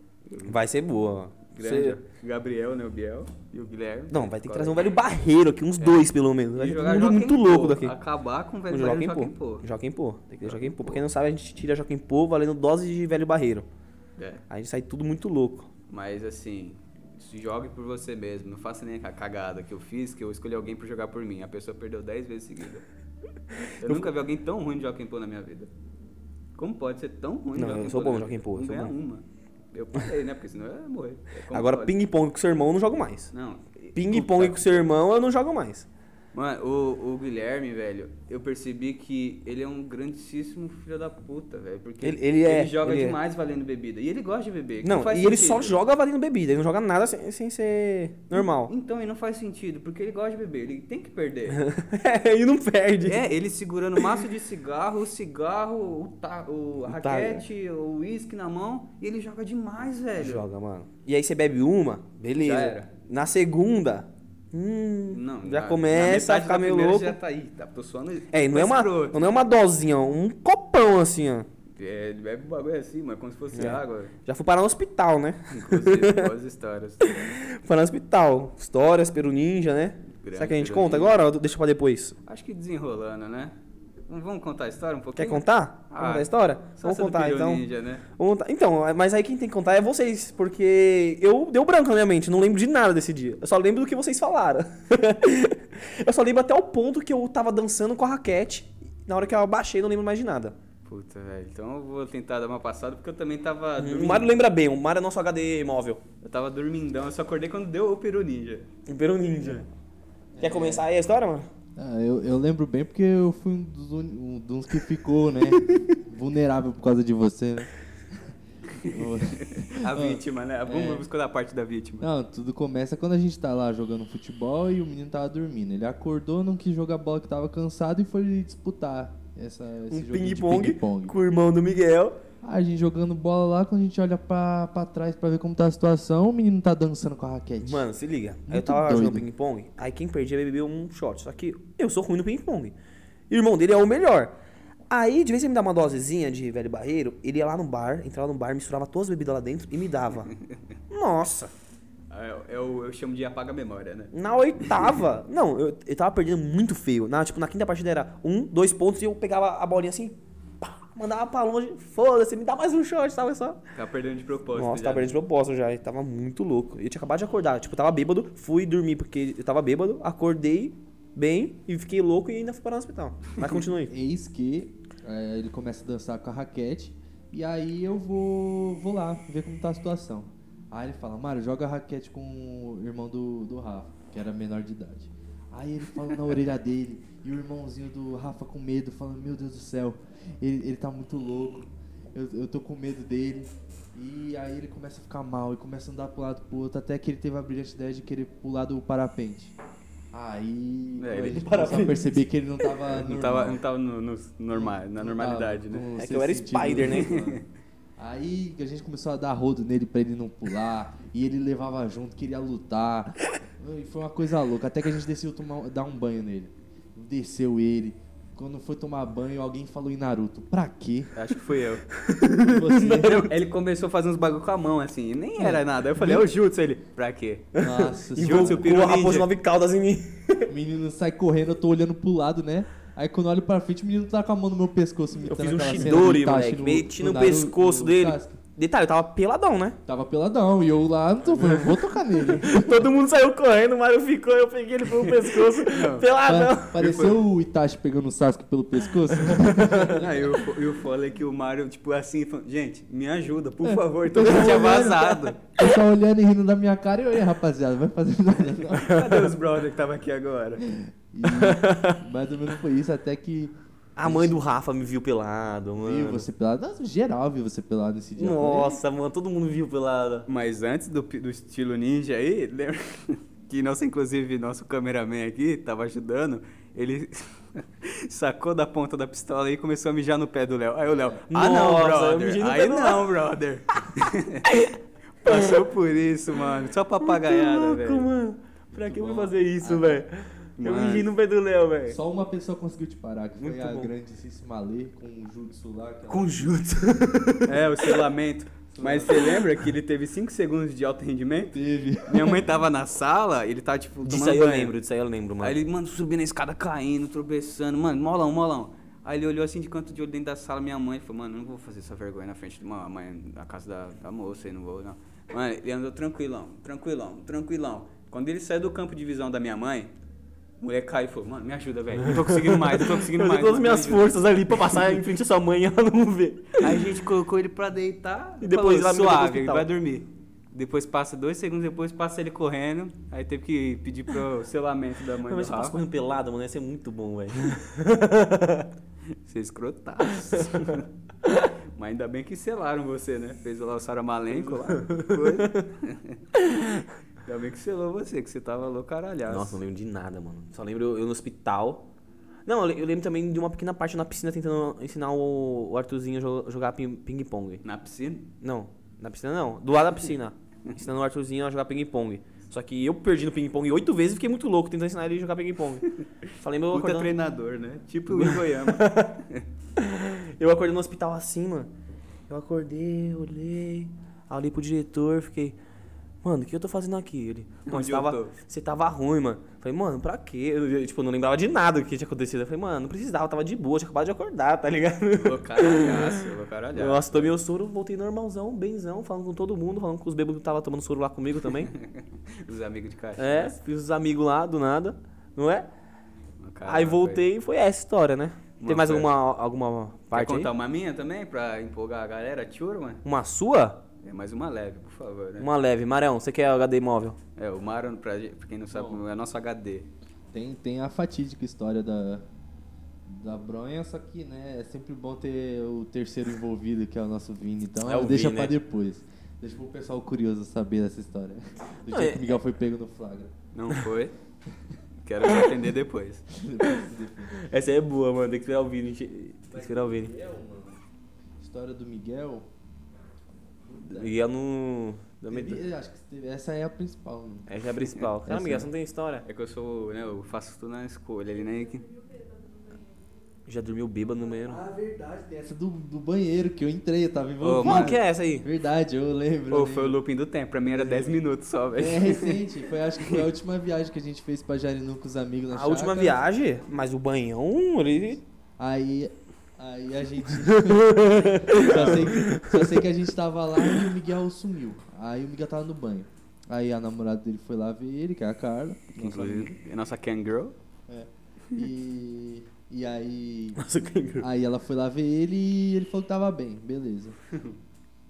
[SPEAKER 2] Vai ser boa. ó.
[SPEAKER 1] Grande,
[SPEAKER 2] Você-
[SPEAKER 1] ó. Gabriel, né? O Biel e o Guilherme.
[SPEAKER 2] Não, vai ter que
[SPEAKER 1] Cola
[SPEAKER 2] trazer um
[SPEAKER 1] aí.
[SPEAKER 2] velho barreiro aqui, uns dois pelo menos. Vai
[SPEAKER 1] É. E
[SPEAKER 2] ter todo
[SPEAKER 1] jogar
[SPEAKER 2] mundo
[SPEAKER 1] Joaquim
[SPEAKER 2] muito
[SPEAKER 1] Pô.
[SPEAKER 2] louco daqui.
[SPEAKER 1] Acabar com o
[SPEAKER 2] O
[SPEAKER 1] velho
[SPEAKER 2] Joaquim
[SPEAKER 1] Joaquim,
[SPEAKER 2] Pô.
[SPEAKER 1] Joaquim Pô.
[SPEAKER 2] Joaquim Pô. Tem que ter Joaquim Pô. Pra quem não sabe, a gente tira Joaquim Pô valendo dose de velho barreiro.
[SPEAKER 1] É,
[SPEAKER 2] Aí sai tudo muito louco.
[SPEAKER 1] Mas assim, se jogue por você mesmo. Não faça nem a cagada que eu fiz, que eu escolhi alguém pra jogar por mim. A pessoa perdeu 10 vezes seguida. Eu nunca vi alguém tão ruim de Joaquim Pô na minha vida. Como pode ser tão ruim de
[SPEAKER 2] Não, eu
[SPEAKER 1] Joaquim
[SPEAKER 2] sou
[SPEAKER 1] Pô
[SPEAKER 2] bom
[SPEAKER 1] na
[SPEAKER 2] em
[SPEAKER 1] minha
[SPEAKER 2] Joaquim Pô,
[SPEAKER 1] vida?
[SPEAKER 2] eu
[SPEAKER 1] Não
[SPEAKER 2] sou
[SPEAKER 1] ganha
[SPEAKER 2] bom.
[SPEAKER 1] uma. Eu parei, né? Porque senão eu ia morrer. É como
[SPEAKER 2] Agora,
[SPEAKER 1] pode.
[SPEAKER 2] ping-pong com seu irmão eu não jogo mais.
[SPEAKER 1] Não.
[SPEAKER 2] Ping-pong com seu irmão eu não jogo mais.
[SPEAKER 1] Mano, o, o Guilherme, velho, eu percebi que ele é um grandíssimo filho da puta, velho. Porque
[SPEAKER 2] Ele- ele é,
[SPEAKER 1] joga
[SPEAKER 2] ele é.
[SPEAKER 1] demais valendo bebida. E ele gosta de beber. que
[SPEAKER 2] Não,
[SPEAKER 1] faz
[SPEAKER 2] e ele só
[SPEAKER 1] sentido.
[SPEAKER 2] joga valendo bebida, ele não joga nada sem, sem ser normal.
[SPEAKER 1] Então, e não faz sentido, porque ele gosta de beber, ele tem que perder.
[SPEAKER 2] é, e não perde.
[SPEAKER 1] é, ele segurando o maço de cigarro, o cigarro, o, ta- o
[SPEAKER 2] O
[SPEAKER 1] raquete, o uísque na mão, e ele joga demais, velho.
[SPEAKER 2] Joga, mano. E aí você bebe uma, beleza.
[SPEAKER 1] Já era.
[SPEAKER 2] Na segunda, hum,
[SPEAKER 1] Não,
[SPEAKER 2] já
[SPEAKER 1] na-
[SPEAKER 2] começa
[SPEAKER 1] na
[SPEAKER 2] a ficar
[SPEAKER 1] metade da
[SPEAKER 2] meio
[SPEAKER 1] primeira
[SPEAKER 2] louco.
[SPEAKER 1] Já tá aí, tá tô suando.
[SPEAKER 2] É, e não é, uma,
[SPEAKER 1] escroto.
[SPEAKER 2] não é uma dosinha, ó, um copão assim, ó.
[SPEAKER 1] É, ele bebe um bagulho assim, mas como se fosse
[SPEAKER 2] É.
[SPEAKER 1] água.
[SPEAKER 2] Já fui parar no hospital, né?
[SPEAKER 1] Inclusive, boas histórias.
[SPEAKER 2] Fui parar no hospital. Histórias, Peru Ninja, né?
[SPEAKER 1] Grande
[SPEAKER 2] Será que a gente
[SPEAKER 1] Peru
[SPEAKER 2] conta
[SPEAKER 1] Ninja.
[SPEAKER 2] agora ou deixa pra depois?
[SPEAKER 1] Acho que desenrolando, né? Vamos vamos contar a história um pouquinho?
[SPEAKER 2] Quer contar?
[SPEAKER 1] Ah,
[SPEAKER 2] Vamos contar a história?
[SPEAKER 1] Só
[SPEAKER 2] Vamos
[SPEAKER 1] essa do
[SPEAKER 2] contar
[SPEAKER 1] Piro
[SPEAKER 2] então.
[SPEAKER 1] Ninja, né?
[SPEAKER 2] Vamos contar. Então, mas aí quem tem que contar é vocês, porque eu deu branco na minha mente, não lembro de nada desse dia. Eu só lembro do que vocês falaram. eu só lembro até o ponto que eu tava dançando com a raquete. e Na hora que eu abaixei, não lembro mais de nada.
[SPEAKER 1] Puta, velho. Então eu vou tentar dar uma passada, porque eu também tava
[SPEAKER 2] O
[SPEAKER 1] dormindo.
[SPEAKER 2] Mário lembra bem, o Mário é nosso HD móvel.
[SPEAKER 1] Eu tava dormindão, eu só acordei quando deu o Peru Ninja.
[SPEAKER 2] O Peru Ninja. Quer começar aí a história, mano?
[SPEAKER 3] Ah, eu, eu lembro bem porque eu fui um dos, uni- um dos que ficou, né? vulnerável por causa de você, né?
[SPEAKER 2] Ah.
[SPEAKER 1] A vítima, né? Vamos
[SPEAKER 2] É.
[SPEAKER 1] buscar da parte da vítima.
[SPEAKER 3] Não, tudo começa quando a gente tá lá jogando futebol e o menino tava dormindo. Ele acordou, não quis jogar bola que tava cansado e foi disputar essa, esse
[SPEAKER 2] Um
[SPEAKER 3] joguinho de
[SPEAKER 2] ping-pong
[SPEAKER 3] ping-pong.
[SPEAKER 2] com o irmão do Miguel.
[SPEAKER 3] A gente jogando bola lá, quando a gente olha pra, pra trás pra ver como tá a situação, o menino tá dançando com a raquete.
[SPEAKER 2] Mano, se liga. aí eu
[SPEAKER 3] Muito
[SPEAKER 2] tava jogando
[SPEAKER 3] doido.
[SPEAKER 2] ping-pong, aí quem perdia bebia um shot. Só que eu sou ruim no ping-pong. E o irmão dele é o melhor. Aí, de vez em quando me dá uma dosezinha de velho barreiro, ele ia lá no bar, entrava no bar, misturava todas as bebidas lá dentro e me dava. Nossa!
[SPEAKER 1] Ah, Eu, eu, eu chamo de apaga a memória, né?
[SPEAKER 2] Na oitava. não, eu, eu tava perdendo muito feio. Na, tipo, na quinta partida era um, dois pontos e eu pegava a bolinha assim, pá, mandava pra longe, foda-se, me dá mais um shot, tava só.
[SPEAKER 1] Tá perdendo de propósito.
[SPEAKER 2] Nossa,
[SPEAKER 1] já.
[SPEAKER 2] tava perdendo de propósito já. Eu tava muito louco. Eu tinha acabado de acordar. Tipo, eu tava bêbado, fui dormir porque eu tava bêbado, acordei bem e fiquei louco e ainda fui parar no hospital. Mas continua aí.
[SPEAKER 3] Eis que é, ele começa a dançar com a raquete. E aí eu vou, vou lá ver como tá a situação. Aí ele fala, Mário, joga a raquete com o irmão do, do Rafa, que era menor de idade. Aí ele fala na orelha dele, e o irmãozinho do Rafa com medo, falando, meu Deus do céu, ele, ele tá muito louco, eu, eu tô com medo dele. E aí ele começa a ficar mal e começa a andar pro lado pro outro, até que ele teve a brilhante ideia de querer pular do parapente. Aí
[SPEAKER 1] É,
[SPEAKER 3] ele
[SPEAKER 1] ele-
[SPEAKER 3] começou a perceber que ele não tava
[SPEAKER 1] Não
[SPEAKER 3] normal.
[SPEAKER 1] tava, não tava no, no- normal, na
[SPEAKER 3] Não
[SPEAKER 1] normalidade,
[SPEAKER 3] tava
[SPEAKER 1] né?
[SPEAKER 3] Ah, com
[SPEAKER 2] É
[SPEAKER 3] os
[SPEAKER 2] que eu era
[SPEAKER 3] seus sentidos
[SPEAKER 2] Spider, né?
[SPEAKER 3] atuando. Aí que a gente começou a dar rodo nele pra ele não pular, e ele levava junto, queria lutar. E foi uma coisa louca, até que a gente decidiu tomar, dar um banho nele. Desceu ele. Quando foi tomar banho, alguém falou em Naruto. Pra quê?
[SPEAKER 1] Acho que fui eu.
[SPEAKER 3] Você...
[SPEAKER 1] Ele começou a fazer uns bagulho com a mão, assim, e nem era nada. Eu falei, é o Jutsu. Ele, pra quê?
[SPEAKER 3] Nossa
[SPEAKER 2] E
[SPEAKER 1] Junto,
[SPEAKER 2] vou
[SPEAKER 1] seu
[SPEAKER 2] com
[SPEAKER 1] peru
[SPEAKER 2] o raposo
[SPEAKER 1] ninja.
[SPEAKER 2] nove caudas em mim.
[SPEAKER 3] O menino sai correndo, eu tô olhando pro lado, né? Aí quando eu olho pra frente, o menino tá com a mão no meu pescoço.
[SPEAKER 2] Eu
[SPEAKER 3] imitando
[SPEAKER 2] fiz um
[SPEAKER 3] aquela cena do
[SPEAKER 2] Shidori,
[SPEAKER 3] Itachi
[SPEAKER 2] moleque. Meti no
[SPEAKER 3] Naruto,
[SPEAKER 2] pescoço
[SPEAKER 3] no
[SPEAKER 2] dele.
[SPEAKER 3] Sasuke.
[SPEAKER 2] Detalhe, eu tava peladão, né?
[SPEAKER 3] Tava peladão, e eu lá, não tô, eu vou tocar nele.
[SPEAKER 2] Todo mundo saiu correndo, o Mario ficou, eu peguei ele pelo pescoço, Ah,
[SPEAKER 3] Pa-
[SPEAKER 2] peladão.
[SPEAKER 3] Pareceu o Itachi pegando o Sasuke pelo pescoço.
[SPEAKER 1] Aí eu, eu falei que o Mario, tipo, assim, falou, gente, me ajuda, por favor.
[SPEAKER 3] Todo
[SPEAKER 1] Todo mundo tinha
[SPEAKER 3] mundo olhando.
[SPEAKER 1] vazado.
[SPEAKER 3] Eu só olhando e rindo da minha cara e eu, "Ei, rapaziada, vai fazer nada não."
[SPEAKER 1] Cadê os brother que tava aqui agora?
[SPEAKER 3] E mais ou menos foi isso, até que
[SPEAKER 2] A mãe do Rafa me viu pelado,
[SPEAKER 3] viu
[SPEAKER 2] mano.
[SPEAKER 3] você pelado. Nossa, geral viu você pelado nesse dia.
[SPEAKER 2] Nossa, mano, todo mundo viu pelado.
[SPEAKER 1] Mas antes do, pi- do estilo ninja aí, lembra que nosso, inclusive, nosso cameraman aqui tava ajudando, ele sacou da ponta da pistola e começou a mijar no pé do Léo. Aí o Léo, ah não,
[SPEAKER 2] Nossa, eu
[SPEAKER 1] brother,
[SPEAKER 2] mijei no pé
[SPEAKER 1] aí
[SPEAKER 2] do
[SPEAKER 1] não, brother. Passou por isso, mano, só papagaiada,
[SPEAKER 2] Muito Ah, louco,
[SPEAKER 1] velho.
[SPEAKER 2] mano. Pra que eu fui fazer isso, velho? Eu
[SPEAKER 1] Mano.
[SPEAKER 2] mijei no pé do Léo,
[SPEAKER 3] Falei,
[SPEAKER 2] velho.
[SPEAKER 3] Só uma pessoa conseguiu te parar, que foi
[SPEAKER 2] Muito
[SPEAKER 3] a
[SPEAKER 2] bom.
[SPEAKER 3] grandíssima Lê com o Jutsu lá. aquela-
[SPEAKER 2] Conjunto.
[SPEAKER 1] É, o seu lamento. Mas você lembra que ele teve 5 segundos de alto rendimento?
[SPEAKER 3] Teve.
[SPEAKER 1] Minha mãe tava na sala, ele tava, tipo,
[SPEAKER 2] Disso
[SPEAKER 1] tomando
[SPEAKER 2] aí eu
[SPEAKER 1] banho.
[SPEAKER 2] lembro, disso aí eu lembro, mano.
[SPEAKER 1] Aí ele, mano, subindo a escada, caindo, tropeçando, mano, molão, molão. Aí ele olhou assim de canto de olho dentro da sala, minha mãe, falou, mano, eu não vou fazer essa vergonha na frente de uma mãe, na casa da, da moça, aí não vou, não. Mano, ele andou tranquilão, tranquilão, tranquilão. Quando ele saiu do campo de visão da minha mãe, o moleque caiu e falou, mano, me ajuda, velho, não tô conseguindo mais, não tô conseguindo
[SPEAKER 2] eu dei
[SPEAKER 1] mais.
[SPEAKER 2] todas as
[SPEAKER 1] mano, me
[SPEAKER 2] minhas
[SPEAKER 1] ajuda."
[SPEAKER 2] forças ali pra passar em frente à sua mãe e ela não vê.
[SPEAKER 1] Aí a gente colocou ele pra deitar
[SPEAKER 2] E depois
[SPEAKER 1] falou,
[SPEAKER 2] lá me levou pro
[SPEAKER 1] suave, ele
[SPEAKER 2] hospital."
[SPEAKER 1] vai dormir. Depois passa dois segundos, depois passa ele correndo, aí teve que pedir pro selamento da mãe
[SPEAKER 2] Não,
[SPEAKER 1] do
[SPEAKER 2] mas você passa
[SPEAKER 1] Rafa.
[SPEAKER 2] correndo pelado, mano, ia ser muito bom, velho.
[SPEAKER 1] Você é escrotaço. Mas ainda bem que selaram você, né? Fez lá o Saramalenco lá. coisa. ainda bem que selou você, que você tava louco caralhaço.
[SPEAKER 2] Nossa, não lembro de nada, mano. Só lembro eu, eu no hospital. Não, eu le- eu lembro também de uma pequena parte na piscina tentando ensinar o, o Arthurzinho a jo- jogar pin- ping-pong.
[SPEAKER 1] Na piscina?
[SPEAKER 2] Não, na piscina não. Do lado da piscina. Ensinando o Arthurzinho a jogar ping-pong. Só que eu perdi no ping-pong oito vezes e fiquei muito louco tentando ensinar ele a jogar ping-pong. Só lembro eu
[SPEAKER 1] Puta
[SPEAKER 2] acordando,
[SPEAKER 1] treinador, né? Tipo o Goiama.
[SPEAKER 2] eu acordei no hospital assim, mano. Eu acordei, olhei, aí olhei pro diretor, fiquei. Mano, o que eu tô fazendo aqui? Ele. Mano,
[SPEAKER 1] Onde
[SPEAKER 2] você
[SPEAKER 1] eu
[SPEAKER 2] tava,
[SPEAKER 1] tô?"
[SPEAKER 2] você tava ruim, mano. Eu Falei, mano, pra quê? Eu, eu, tipo, não lembrava de nada do que tinha acontecido. Eu falei, mano, não precisava, eu tava de boa, tinha acabado de acordar, tá ligado?
[SPEAKER 1] louco caralhaço, louco caralhaço.
[SPEAKER 2] Nossa, tomei o soro, voltei normalzão, benzão, falando com todo mundo, falando com os bêbados que tava tomando soro lá comigo também.
[SPEAKER 1] Os amigos de caixa.
[SPEAKER 2] É, fiz os amigos lá do nada, não é? aí voltei e foi essa história, né?
[SPEAKER 1] Uma
[SPEAKER 2] Tem mais
[SPEAKER 1] festa.
[SPEAKER 2] alguma, alguma
[SPEAKER 1] Quer
[SPEAKER 2] parte aí?
[SPEAKER 1] contar um- uma minha também, pra empolgar a galera? Tchurma?
[SPEAKER 2] Uma sua?
[SPEAKER 1] É mais uma leve, por favor, né?
[SPEAKER 2] Uma leve. Marão, você quer HD móvel?
[SPEAKER 1] É, o Maron, pra, gente- pra quem não sabe, é nosso HD.
[SPEAKER 3] Tem, tem a fatídica história da, da bronha, só que né, é sempre bom ter o terceiro envolvido, que é o nosso Vini. Então
[SPEAKER 2] É o
[SPEAKER 3] deixa
[SPEAKER 2] Vini,
[SPEAKER 3] pra
[SPEAKER 2] né?
[SPEAKER 3] depois. Deixa pro pessoal curioso saber dessa história. Do
[SPEAKER 2] Não,
[SPEAKER 3] dia
[SPEAKER 2] é-
[SPEAKER 3] que o Miguel foi pego no flagra.
[SPEAKER 1] Não foi? Quero te atender depois.
[SPEAKER 2] Essa aí é boa, mano. Tem que esperar o Vini. gente. Tem que esperar o Vini.
[SPEAKER 3] História do Miguel.
[SPEAKER 2] E eu não... eu me-
[SPEAKER 3] Teve- acho que teve- essa é a principal. né?
[SPEAKER 2] Essa é a principal. Cara,
[SPEAKER 3] Essa
[SPEAKER 2] Miguel,
[SPEAKER 3] é.
[SPEAKER 2] você não tem história?
[SPEAKER 1] É que eu sou, né, eu faço tudo na escolha, né, ele nem que...
[SPEAKER 2] Já dormiu bêbado no banheiro?
[SPEAKER 3] Ah, verdade, tem essa do, do banheiro que eu entrei, eu tava envolvido.
[SPEAKER 1] Ô,
[SPEAKER 2] Como
[SPEAKER 1] mano.
[SPEAKER 2] que é essa aí?
[SPEAKER 3] Verdade, eu lembro. eu
[SPEAKER 1] Ou foi o
[SPEAKER 3] lembro.
[SPEAKER 1] looping do tempo, pra mim era 10 minutos só, velho.
[SPEAKER 3] É recente, foi, acho que foi a última viagem que a gente fez pra Jarinu com os amigos na
[SPEAKER 2] A última
[SPEAKER 3] chácara.
[SPEAKER 2] viagem, mas o banhão, ele...
[SPEAKER 3] Aí, aí a gente. só, sei que, só sei que a gente tava lá e o Miguel sumiu. Aí o Miguel tava no banho. Aí a namorada dele foi lá ver ele, que é a Carla.
[SPEAKER 1] Que,
[SPEAKER 3] Nossa amiga.
[SPEAKER 1] Inclusive, é nossa Ken Girl.
[SPEAKER 3] É. E, e aí.
[SPEAKER 2] Nossa, que
[SPEAKER 3] Aí ela foi lá ver ele e ele falou que tava bem, beleza.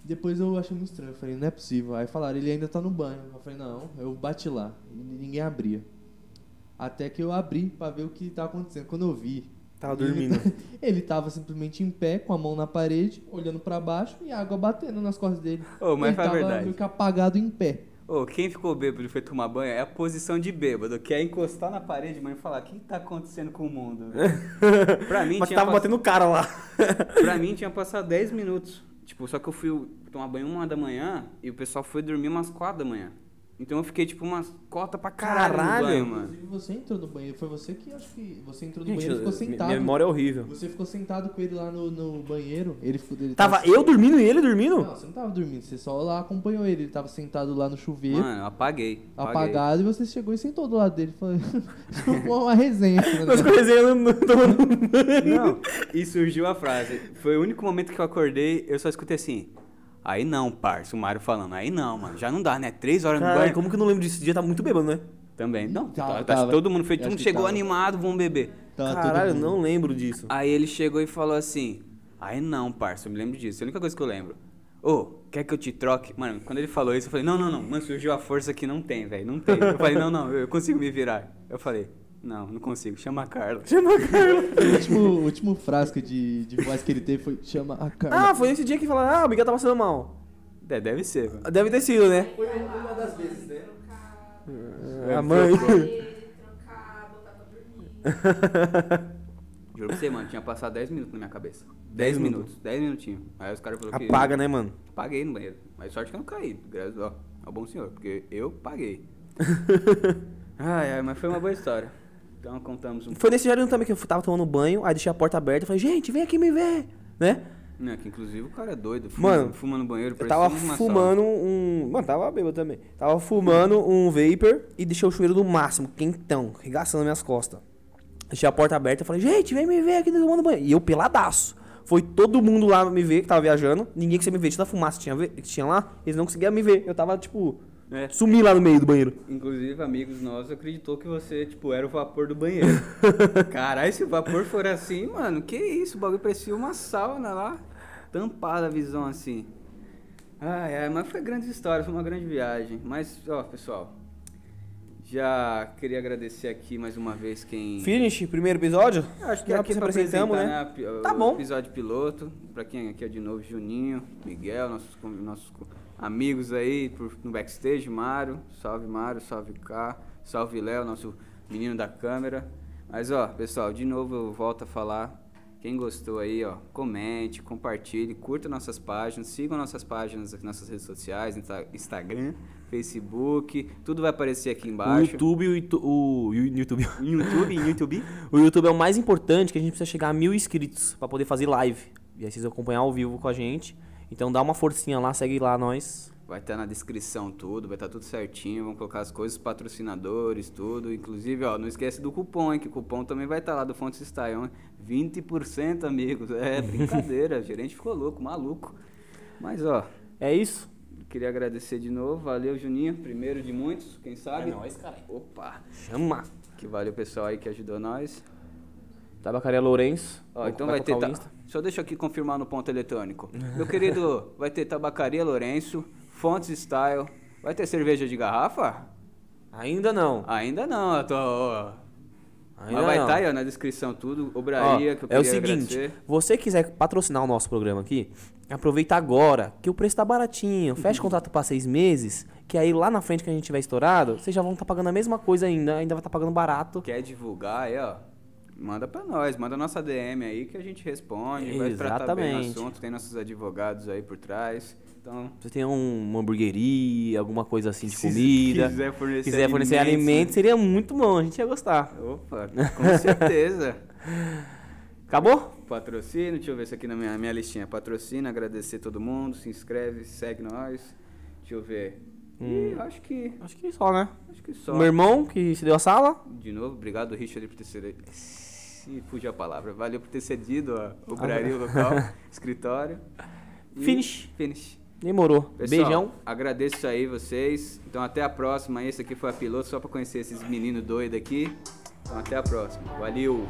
[SPEAKER 3] Depois eu achei muito estranho, eu falei, não é possível. Aí falaram, ele ainda tá no banho. Eu falei, não, eu bati lá. E ninguém abria. Até que eu abri pra ver o que tava acontecendo. Quando eu vi.
[SPEAKER 2] Tava
[SPEAKER 3] ele
[SPEAKER 2] dormindo.
[SPEAKER 3] tá- Ele tava simplesmente em pé, com a mão na parede, olhando pra baixo e a água batendo nas costas dele.
[SPEAKER 1] Ô, mas
[SPEAKER 3] ele
[SPEAKER 1] fala a
[SPEAKER 3] tava
[SPEAKER 1] verdade.
[SPEAKER 3] meio que apagado em pé.
[SPEAKER 1] Ô, quem ficou bêbado e foi tomar banho é a posição de bêbado, que é encostar na parede, mano, e falar, o que que tá acontecendo com o mundo? velho?" pra mim,
[SPEAKER 2] Mas
[SPEAKER 1] tinha
[SPEAKER 2] tava
[SPEAKER 1] pass-
[SPEAKER 2] batendo o cara lá.
[SPEAKER 1] pra mim tinha passado 10 minutos. Tipo, só que eu fui tomar banho uma da manhã e o pessoal foi dormir umas quatro da manhã. Então eu fiquei, tipo, umas cota pra caralho,
[SPEAKER 2] Caralho!
[SPEAKER 1] no banho, mano.
[SPEAKER 3] Inclusive, você entrou no banheiro. Foi você que acho que. Você entrou no
[SPEAKER 2] Gente,
[SPEAKER 3] banheiro e ficou
[SPEAKER 2] mi-
[SPEAKER 3] sentado.
[SPEAKER 2] minha memória é horrível.
[SPEAKER 3] Você ficou sentado com ele lá no, no banheiro. Ele ficou. Ele
[SPEAKER 2] Tava eu dormindo e ele dormindo?
[SPEAKER 3] Não, você não tava dormindo, você só lá acompanhou ele. Ele tava sentado lá no chuveiro,
[SPEAKER 1] Mano, eu apaguei. apaguei.
[SPEAKER 3] apagado, e você chegou e sentou do lado dele. Falou, "Jogou uma resenha. aqui, né?"
[SPEAKER 2] Nós resenhando, tomando
[SPEAKER 1] Não, e surgiu a frase. Foi o único momento que eu acordei, eu só escutei assim. Aí não, parça, o Mário falando. Aí não, mano, já não dá, né? Três horas no
[SPEAKER 2] Caralho,
[SPEAKER 1] banho.
[SPEAKER 2] como que eu não lembro disso? Esse dia tá muito bêbado, né?
[SPEAKER 1] Também. Não,
[SPEAKER 3] Tava,
[SPEAKER 1] tá- tá-
[SPEAKER 3] tava.
[SPEAKER 1] todo mundo fez,
[SPEAKER 3] Eu
[SPEAKER 1] todo mundo
[SPEAKER 3] acho que
[SPEAKER 1] chegou
[SPEAKER 3] tava.
[SPEAKER 1] animado, vamos beber.
[SPEAKER 3] Tá, todo
[SPEAKER 2] Caralho, eu
[SPEAKER 3] mundo-
[SPEAKER 2] não lembro disso.
[SPEAKER 1] Aí ele chegou e falou assim: Aí não, parça, eu me lembro disso. É a única coisa que eu lembro. Ô, quer que eu te troque? Mano, quando ele falou isso, eu falei: Não, não, não. Mano, surgiu a força que não tem, velho. Não tem. Eu falei: Não, não, eu consigo me virar. Eu falei: Não, não consigo. Chama a Carla.
[SPEAKER 3] O último, o último frasco de, de voz que ele teve foi chama a Carla.
[SPEAKER 2] Ah, foi esse dia que falaram, ah, o Miguel tá passando mal.
[SPEAKER 1] É, deve ser, mano.
[SPEAKER 2] Deve ter sido, né?
[SPEAKER 5] Foi uma das vezes, né?
[SPEAKER 2] A mãe.
[SPEAKER 6] Ele trocar, botar pra dormir.
[SPEAKER 1] Juro pra você, mano, tinha passado 10 minutos na minha cabeça. 10
[SPEAKER 2] 10
[SPEAKER 1] minutos, 10 minutinhos. Aí os caras falaram que.
[SPEAKER 2] Apaga, né, mano?
[SPEAKER 1] Paguei no banheiro. Mas sorte que eu não caí, graças ao, ao é um bom senhor, porque eu paguei. ai, ai, mas foi uma boa história. Então contamos um
[SPEAKER 2] Foi nesse dia também que eu tava tomando banho, aí deixei a porta aberta e falei, gente, vem aqui me ver, né?
[SPEAKER 1] Não, que inclusive o cara é doido.
[SPEAKER 2] Mano,
[SPEAKER 1] Mano, fuma no banheiro,
[SPEAKER 2] Eu
[SPEAKER 1] parecia
[SPEAKER 2] tava
[SPEAKER 1] uma
[SPEAKER 2] fumando um. Mano, tava bêbado também. Tava fumando um vapor e deixei o chuveiro no máximo, quentão, regaçando minhas costas. Deixei a porta aberta e falei, gente, vem me ver aqui tomando banho. E eu peladaço. Foi todo mundo lá me ver que tava viajando. Ninguém conseguia me ver. Tinha da fumaça que tinha, ve- que tinha lá, eles não conseguiam me ver. Eu tava, tipo,
[SPEAKER 1] sala. É.
[SPEAKER 2] sumi lá no meio do banheiro.
[SPEAKER 1] Inclusive, amigos nossos acreditou que você, tipo, era o vapor do banheiro. Caralho, se o vapor for assim, mano, que isso? O bagulho parecia uma sauna lá, tampada a visão assim. Ai, ai, mas foi grande história, foi uma grande viagem. Mas, ó, pessoal, já queria agradecer aqui mais uma vez quem...
[SPEAKER 2] Finish, primeiro episódio?
[SPEAKER 1] Eu Acho que
[SPEAKER 2] Já
[SPEAKER 1] aqui
[SPEAKER 2] se
[SPEAKER 1] pra
[SPEAKER 2] apresentamos,
[SPEAKER 1] apresentar,
[SPEAKER 2] né?
[SPEAKER 1] a pi- o
[SPEAKER 2] Tá bom.
[SPEAKER 1] Episódio piloto. Pra quem aqui é de novo, Juninho, Miguel, nossos, com- nossos co- amigos aí por- no backstage, Mário. Salve, Mário. Salve, K. Salve, Léo, nosso menino da câmera. Mas, ó, pessoal, de novo eu volto a falar. Quem gostou aí, ó, comente, compartilhe, curta nossas páginas, sigam nossas páginas, aqui, nossas redes sociais, Insta- Instagram, Facebook, tudo vai aparecer aqui
[SPEAKER 2] O
[SPEAKER 1] embaixo.
[SPEAKER 2] YouTube, o, Itu- o, o YouTube.
[SPEAKER 1] YouTube, YouTube.
[SPEAKER 2] O YouTube é o mais importante, que a gente precisa chegar a mil inscritos pra poder fazer live. E aí vocês vão acompanhar ao vivo com a gente. Então dá uma forcinha lá, segue lá nós.
[SPEAKER 1] Vai estar na descrição tudo, vai estar tudo certinho, vamos colocar as coisas, os patrocinadores, tudo. Inclusive, ó, não esquece do cupom, hein, que o cupom também vai estar lá do Fontes Style, hein? 20%, amigos. É, brincadeira, o gerente ficou louco, maluco. Mas, ó,
[SPEAKER 2] É isso?
[SPEAKER 1] queria agradecer de novo, valeu, Juninho, primeiro de muitos, quem sabe.
[SPEAKER 2] É nóis, caralho.
[SPEAKER 1] Opa,
[SPEAKER 2] Chama!
[SPEAKER 1] que valeu o pessoal aí que ajudou nós.
[SPEAKER 2] Tabacaria Lourenço.
[SPEAKER 1] Ó, então vai ter.
[SPEAKER 2] colocar o
[SPEAKER 1] ta-
[SPEAKER 2] Insta.
[SPEAKER 1] Só deixa aqui confirmar no ponto eletrônico. Meu querido, vai ter Tabacaria Lourenço, Fontes Style. Vai ter cerveja de garrafa?
[SPEAKER 2] Ainda não.
[SPEAKER 1] Ainda não, eu tô. ó. Mas
[SPEAKER 2] Ainda
[SPEAKER 1] vai
[SPEAKER 2] não.
[SPEAKER 1] estar aí, ó, na descrição tudo.
[SPEAKER 2] Ó,
[SPEAKER 1] Obraria, que eu
[SPEAKER 2] é o
[SPEAKER 1] queria
[SPEAKER 2] seguinte,
[SPEAKER 1] agradecer.
[SPEAKER 2] você quiser patrocinar o nosso programa aqui, aproveita agora, que o preço tá baratinho. Fecha contrato pra seis meses, que aí lá na frente que a gente tiver estourado, vocês já vão estar pagando a mesma coisa ainda, ainda vai estar pagando barato.
[SPEAKER 1] Quer divulgar aí, ó? Manda pra nós, manda nossa DM aí que a gente responde. Vai tratar bem o
[SPEAKER 2] Exatamente.
[SPEAKER 1] assunto, tem nossos advogados aí por trás. Então,
[SPEAKER 2] Você tem um- uma hamburgueria, alguma coisa assim de
[SPEAKER 1] Se
[SPEAKER 2] comida.
[SPEAKER 1] quiser fornecer
[SPEAKER 2] quiser fornecer
[SPEAKER 1] alimentos,
[SPEAKER 2] alimento, seria muito bom, a gente ia gostar.
[SPEAKER 1] opa, com certeza.
[SPEAKER 2] Acabou?
[SPEAKER 1] Patrocínio, deixa eu ver isso aqui na minha, minha listinha. Patrocina, agradecer todo mundo, se inscreve, segue nós. Deixa eu ver. Ih, acho que.
[SPEAKER 2] Acho que só, né?
[SPEAKER 1] Acho que só.
[SPEAKER 2] Hum. Meu irmão, que se deu a sala.
[SPEAKER 1] De novo, obrigado, Richard, por ter cedido. Se fugiu a palavra. Valeu por ter cedido a- o Brasil, o local, escritório.
[SPEAKER 2] Finish.
[SPEAKER 1] Finish.
[SPEAKER 2] Demorou.
[SPEAKER 1] Pessoal,
[SPEAKER 2] Beijão.
[SPEAKER 1] Agradeço aí vocês. Então até a próxima. Esse aqui foi a piloto, só pra conhecer esses meninos doidos aqui. Então até a próxima. Valeu!